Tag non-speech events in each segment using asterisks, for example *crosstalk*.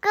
哥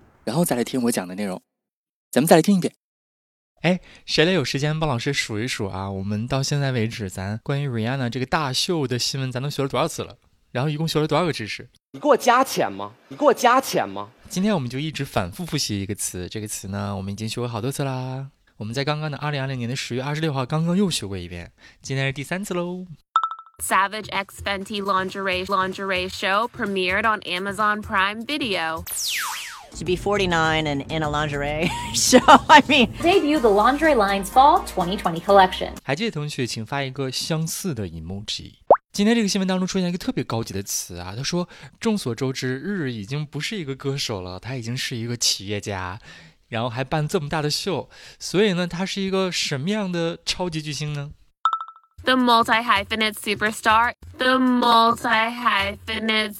然后再来听我讲的内容。咱们再来听一遍。哎，谁来有时间帮老师数一数啊？我们到现在为止，咱关于 Rihanna 这个大秀的新闻，咱都学了多少次了？然后一共学了多少个知识？你给我加钱吗？你给我加钱吗？今天我们就一直反复复习一个词，这个词呢，我们已经学过好多次啦。我们在刚刚的二零二零年的十月二十六号刚刚又学过一遍，今天是第三次喽。 Savage X Fenty lingerie lingerie show premiered on Amazon Prime Video. to be 49 and in a lingerie *laughs* show. I mean, debut the Laundry Line's Fall 2020 collection. 还记得同学，请发一个相似的 emoji。今天这个新闻当中出现一个特别高级的词啊，他说：“众所周知，日日已经不是一个歌手了，他已经是一个企业家，然后还办这么大的秀，所以呢，他是一个什么样的超级巨星呢？ The multi hyphenate superstar. The multi hyphenate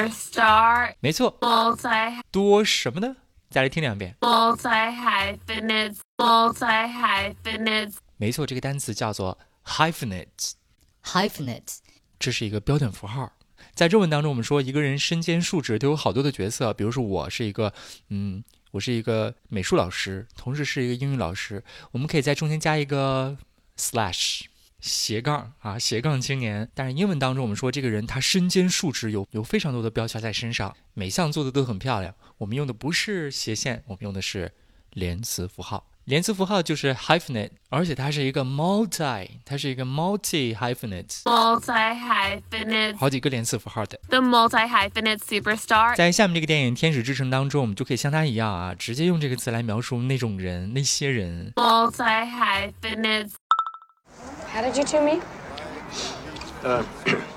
superstar. 没错， Multi 多什么呢？再来听两遍。 multi hyphenate multi hyphenate 没错，这个单词叫做 hyphenate， Hyphenate. 这是一个标点符号。在中文当中，我们说一个人身兼数职，都有好多的角色。比如说，我是一个，嗯，我是一个美术老师，同时是一个英语老师。我们可以在中间加一个 slash 斜杠啊，斜杠青年。但是英文当中，我们说这个人他身兼数职，有有非常多的标签在身上，每项做的都很漂亮。我们用的不是斜线，我们用的是连词符号。连词符号就是 hyphenate，而且它是一个 multi，它是一个 multi hyphenate。 multi hyphenate 好几个连词符号的。 the multi hyphenate superstar 在下面这个电影《天使之城》当中，我们就可以像他一样啊，直接用这个词来描述那种人、那些人。 multi hyphenate How did you two meet?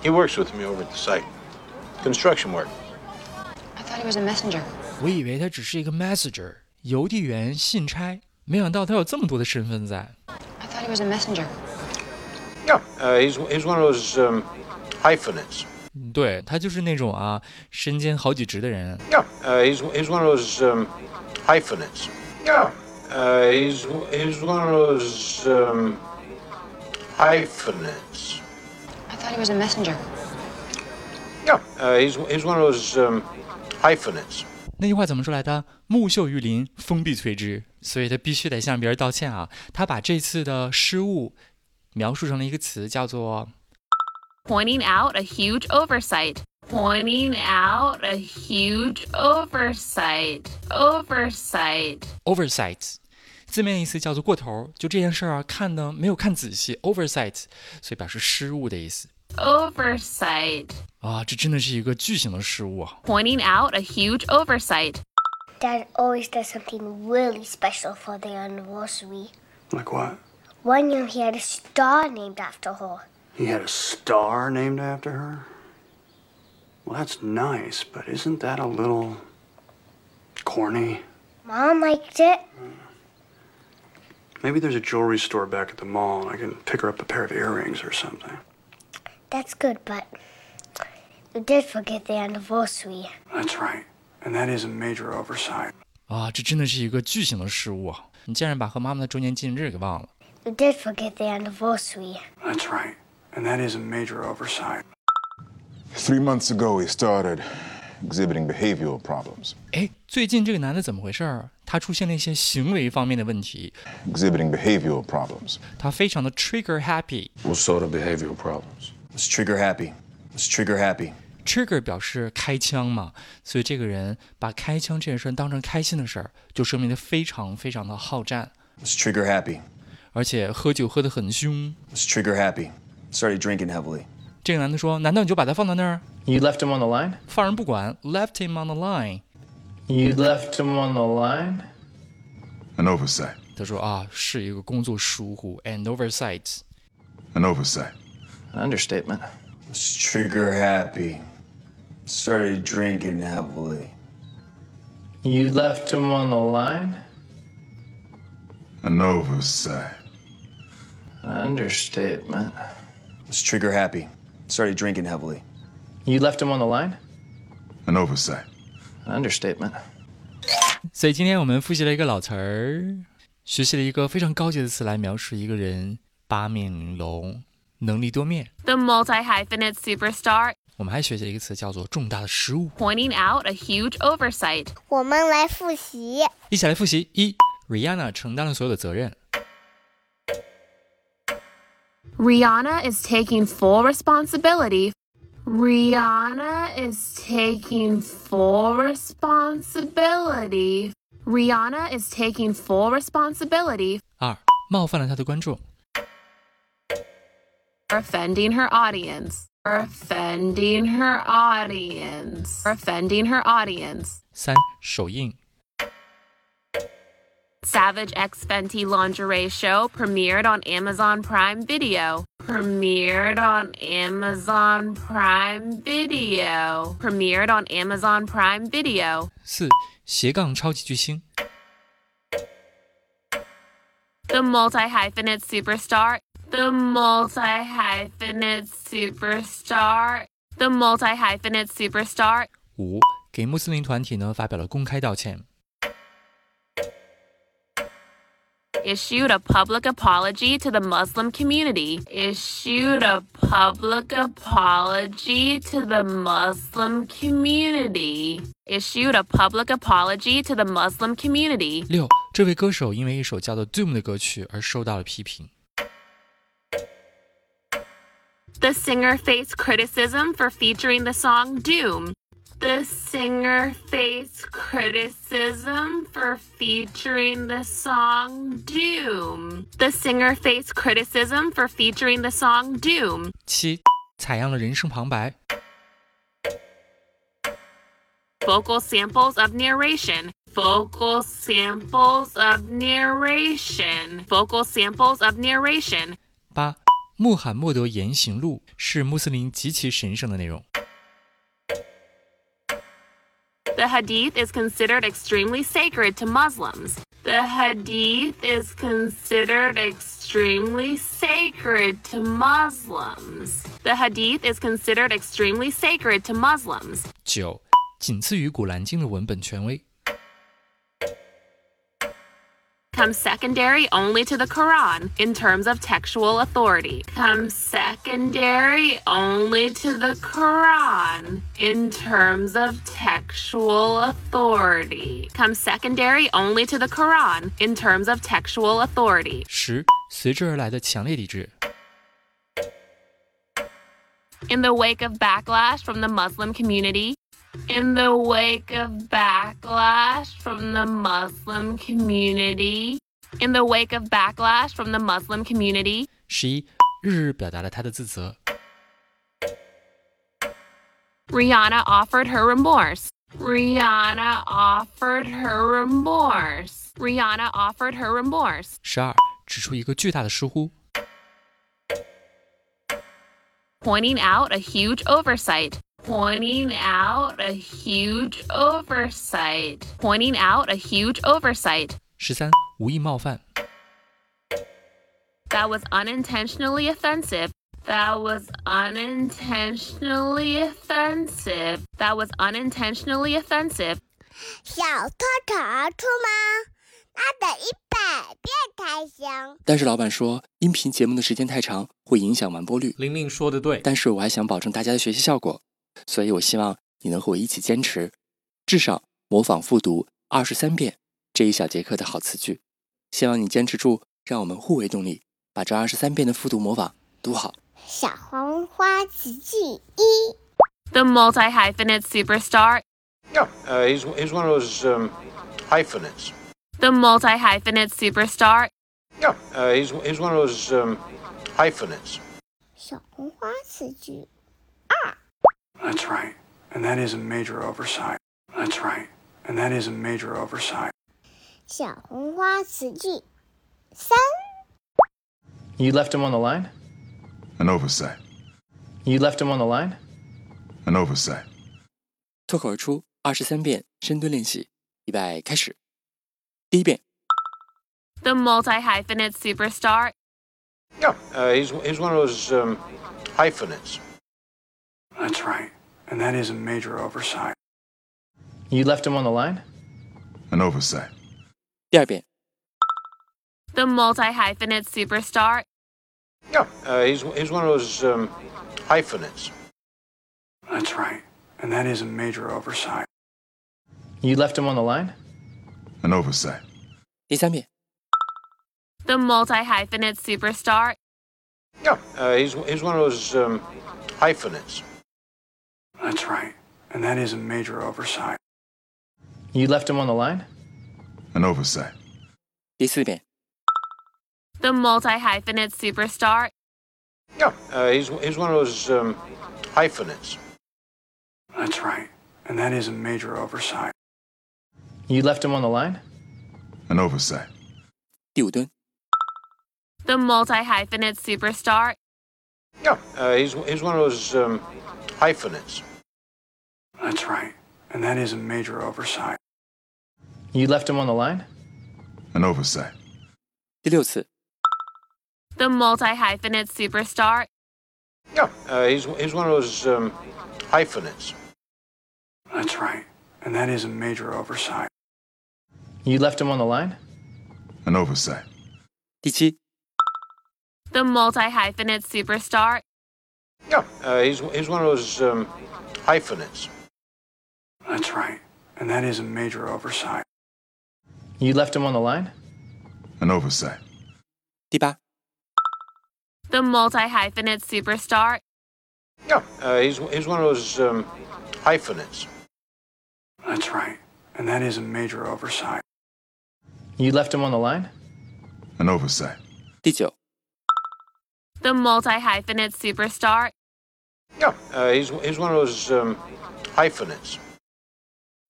He works with me over at the site. Construction work. I thought he was a messenger. 我以为他只是一个 messenger 邮递员、信差，没想到他有这么多的身份在。 I thought he was a messenger. Yeah. Uh, he's, he's one of those um, hyphenates. 嗯对他就是那种啊，身兼好几职的人。 Yeah. Uh, he's, he's one of those um, hyphenates. Yeah. Uh, he's, he's one of those um, hyphenates. I thought he was a messenger. Yeah. Uh, he's, he's one of those um, hyphenates. 那句话怎么说来的？木秀于林，风必摧之。所以他必须得向别人道歉啊！他把这次的失误描述成了一个词，叫做 pointing out a huge oversight. Pointing out a huge oversight. Oversight. oversight，字面意思叫做过头，就这件事儿啊，看呢没有看仔细，oversight，所以表示失误的意思 Oversight. 啊，这真的是一个巨型的失误啊！ Pointing out a huge oversight. Dad always does something really special for the anniversary. Like what? One year he had a star named after her. He had a star named after her? Well, that's nice, but isn't that a little corny? Mom liked it. Maybe there's a jewelry store back at the mall and I can pick her up a pair of earrings or something. That's good, but we did forget the anniversary. That's right. And that is a major oversight. 啊，这真的是一个巨型的失误啊！你竟然把和妈妈的周年纪念日给忘了。 We did forget the anniversary. That's right. And that is a major oversight. Three months ago, he started exhibiting behavioral problems. 哎，最近这个男的怎么回事儿？他出现了一些行为方面的问题， Exhibiting behavioral problems. 他非常的 trigger happy。 What sort of behavioral problems? It's trigger happy. It's trigger happy. trigger 表示开枪嘛，所以这个人把开枪这件事儿当成开心的事儿，就说明他非常非常的好战， It's trigger happy. 而且喝酒喝得很凶。 It's trigger happy. Started drinking heavily. 这个男的说：“难道你就把他放到那儿， You left him on the line? 放人不管？Left him on the line。 You left him on the line? An oversight. ”他说：“啊，是一个工作疏忽，an oversight。 An oversight. Understatement. It's trigger happy. Started drinking heavily. You left him on the line? An oversight. Understatement. Was trigger happy. Started drinking heavily. You left him on the line? An oversight. Understatement. 所以今天我们复习了一个老词儿，学习了一个非常高级的词来描述一个人八面玲珑、能力多面。 The multi hyphenate superstar 我们还学习了一个词叫做重大的失误。 pointing out a huge oversight. 我们来复习。一起来复习：一，Rihanna 承担了所有的责任； Rihanna is taking full responsibility. Rihanna is taking full responsibility. Rihanna is taking full responsibility 二，冒犯了他的观众； for offending her audience. For offending her audience. For offending her audience. 三，首映； Savage X Fenty Lingerie Show premiered on Amazon Prime Video. Premiered on Amazon Prime Video. Premiered on Amazon Prime Video. 四，斜杠超级巨星； The multi hyphenate superstar. The multi hyphenate superstar. The multi hyphenate superstar 五，给穆斯林团体呢发表了公开道歉； issued a public apology to the Muslim community. Issued a public apology to the Muslim community. Issued a public apology to the Muslim community. 六，这位歌手因为一首叫做《Doom》的歌曲而受到了批评； The singer faced criticism for featuring the song Doom. The singer faced criticism for featuring the song Doom. The singer faced criticism for featuring the song Doom. 七，采样了人声旁白； Vocal samples of narration. Vocal samples of narration. Vocal samples of narration. 八，穆罕默德言行录是穆斯林极其神圣的内容； The Hadith is considered extremely sacred to Muslims. The Hadith is considered extremely sacred to Muslims. The Hadith is considered extremely sacred to Muslims. 九，仅次于《古兰经》的文本权威； Comes secondary only to the Quran in terms of textual authority. Comes secondary only to the Quran in terms of textual authority. Comes secondary only to the Quran in terms of textual authority. 十，随之而来的强烈抵制。 In the wake of backlash from the Muslim community, in the wake of backlash from the Muslim community, in the wake of backlash from the Muslim community, 十一，日日表达了他的自责； Rihanna offered her remorse. Rihanna offered her remorse. Rihanna offered her remorse. 十二，指出一个巨大的疏忽； pointing out a huge oversight. Pointing out a huge oversight. Pointing out a huge oversight 十三，无意冒犯； that was unintentionally offensive. That was unintentionally offensive. That was unintentionally offensive. 小兔兔出吗？那得一百遍才行。但是老板说，音频节目的时间太长，会影响完播率。玲玲说的对，但是我还想保证大家的学习效果，所以我希望你能和我一起坚持，至少模仿复读二十三遍这一小节课的好词句。希望你坚持住，让我们互为动力，把这二十三遍的复读模仿读好。小黄花词句一， The multi hyphenate superstar. Yeah, uh, he's, he's one of those um, hyphenates. The multi hyphenate superstar. Yeah, uh, he's, he's one of those um, hyphenates. 小红花词句， That's right. And that is a major oversight. That's right. And that is a major oversight. 小红花词句三， You left him on the line? An oversight. You left him on the line? An oversight. 脱口而出二十三遍深蹲练习，预备开始。第一遍 The multi hyphenate superstar. Yeah, uh, he's, he's one of those um, hyphenates. That's right. And that is a major oversight. You left him on the line? An oversight. 第二遍 The multi hyphenate superstar. Yeah, uh, he's, he's one of those um, hyphenates. That's right. And that is a major oversight. You left him on the line? An oversight. 第三遍 The multi hyphenate superstar. Yeah, uh, he's, he's one of those um, hyphenates. That's right. And that is a major oversight. You left him on the line? An oversight. 第四遍 The multi hyphenate superstar. Yeah, uh, he's, he's one of those um, hyphenates. That's right. And that is a major oversight. You left him on the line? An oversight. 第五蹲 The multi hyphenate superstar. Yeah, uh, he's, he's one of those um, hyphenates. That's right. And that is a major oversight. You left him on the line? An oversight. 第六次 The multi hyphenate superstar. Yeah, uh, he's, he's one of those um, hyphenates. That's right. And that is a major oversight. You left him on the line? An oversight. 第七 The multi hyphenate superstar. Yeah, uh, he's, he's one of those um, hyphenates. That's right. And that is a major oversight. You left him on the line? An oversight. 第八 The multi hyphenate superstar. Yeah, uh, he's, he's one of those um, hyphenates. That's right. And that is a major oversight. You left him on the line? An oversight. 第九 The multi hyphenate superstar. Yeah, uh, he's, he's one of those um, hyphenates.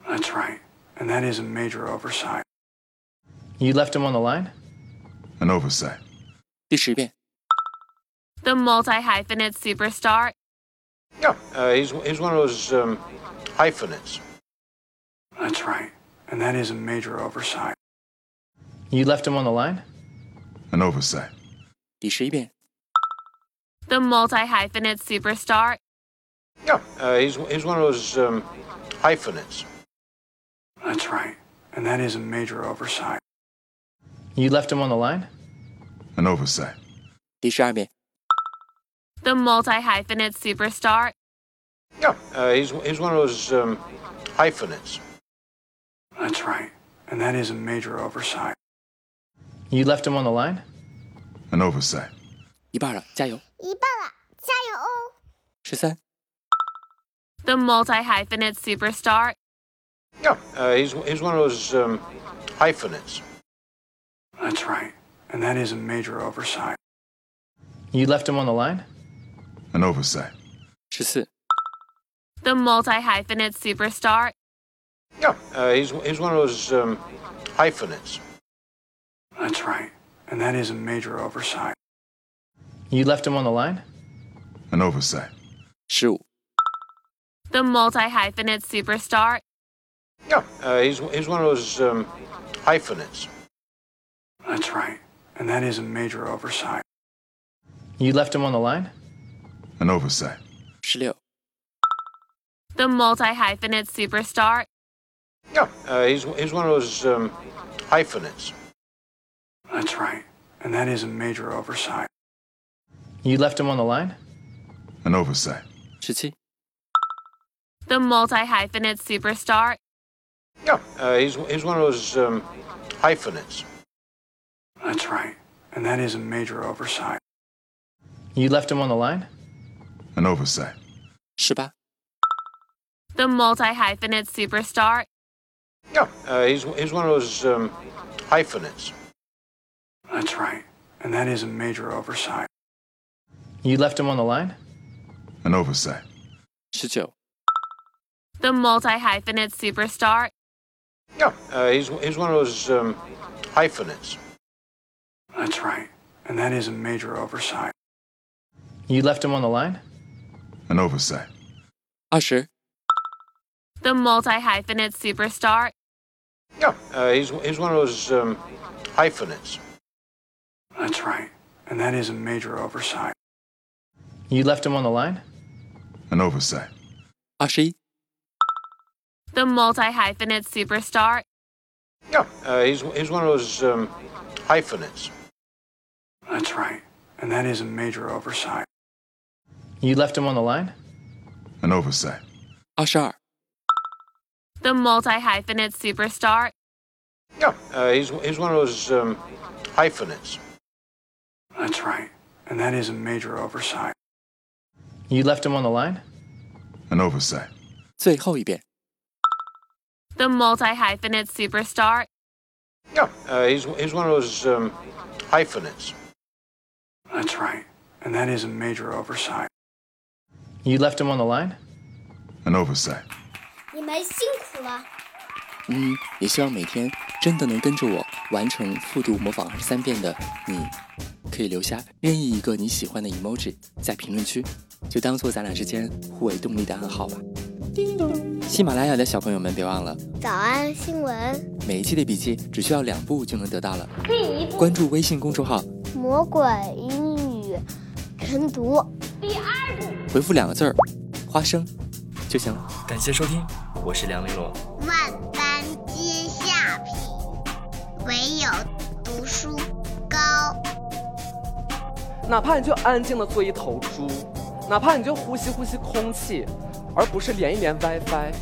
That's right. And that is a major oversight. You left him on the line? An oversight. 第十遍 The multi hyphenate superstar. Yeah, uh, he's, he's one of those um, hyphenates. That's right. And that is a major oversight. You left him on the line? An oversight. 第十一遍 The multi hyphenate superstar. Yeah, uh, he's, he's one of those um, hyphenates. That's right. And that is a major oversight. You left him on the line? An oversight. 第十二遍 The multi hyphenate superstar. Yeah, uh, he's, he's one of those um, hyphenates. That's right. And that is a major oversight. You left him on the line? An oversight. 一半了，加油！一半了，加油哦！十三、 The multi hyphenate superstar. Yeah, uh, he's, he's one of those um, hyphenates. That's right. And that is a major oversight. You left him on the line? An oversight. 十四、 The multi hyphenate superstar. Yeah, uh, he's, he's one of those um, hyphenates. That's right. And that is a major oversight. You left him on the line? An oversight. 十五、 The multi hyphenate superstar. Yeah, uh, he's, he's one of those um, hyphenates. That's right. And that is a major oversight. You left him on the line? An oversight. 十六、 The multi hyphenate superstar. Yeah, uh, he's, he's one of those um, hyphenates. That's right. And that is a major oversight. You left him on the line? An oversight. 十七、 The multi hyphenate superstar. Yeah, uh, he's, he's one of those um, hyphenates. That's right. And that is a major oversight. You left him on the line? An oversight. 十八、 The multi hyphenate superstar. Yeah, uh, he's, he's one of those um, hyphenates. That's right. And that is a major oversight. You left him on the line? An oversight. 十九、 The multi hyphenate superstar. Yeah, uh, he's, he's one of those um, hyphenates. That's right. And that is a major oversight. You left him on the line? An oversight. 二十、 The multi hyphenate superstar. Yeah, uh, he's, he's one of those um, hyphenates. That's right. And that is a major oversight. You left him on the line? An oversight. 二十一、 The multi hyphenate superstar. Yeah, uh, he's, he's one of those um, hyphenates. That's right. And that is a major oversight. You left him on the line? An oversight. 二十二、 The multi hyphenate superstar. Yeah, uh, he's, he's one of those um, hyphenates. That's right. And that is a major oversight. You left him on the line? An oversight. 最后一遍。 The multi hyphenate superstar. Yeah, uh, he's, he's one of those um, hyphenates. That's right. And that is a major oversight. You left him on the line? An oversight. 你们辛苦了。嗯，也希望每天真的能跟着我完成复读模仿二十三遍的你，可以留下任意一个你喜欢的 emoji 在评论区，就当做咱俩之间互为动力的暗号吧。叮咚，喜马拉雅的小朋友们，别忘了早安新闻，每一期的笔记只需要两步就能得到了。可以一关注微信公众号，魔鬼英语晨读第二部。回复两个字儿“花生”就行了。感谢收听，我是梁丽罗。万般皆下品，唯有读书高。哪怕你就安静的做一头猪，哪怕你就呼吸呼吸空气，而不是连一连 WiFi。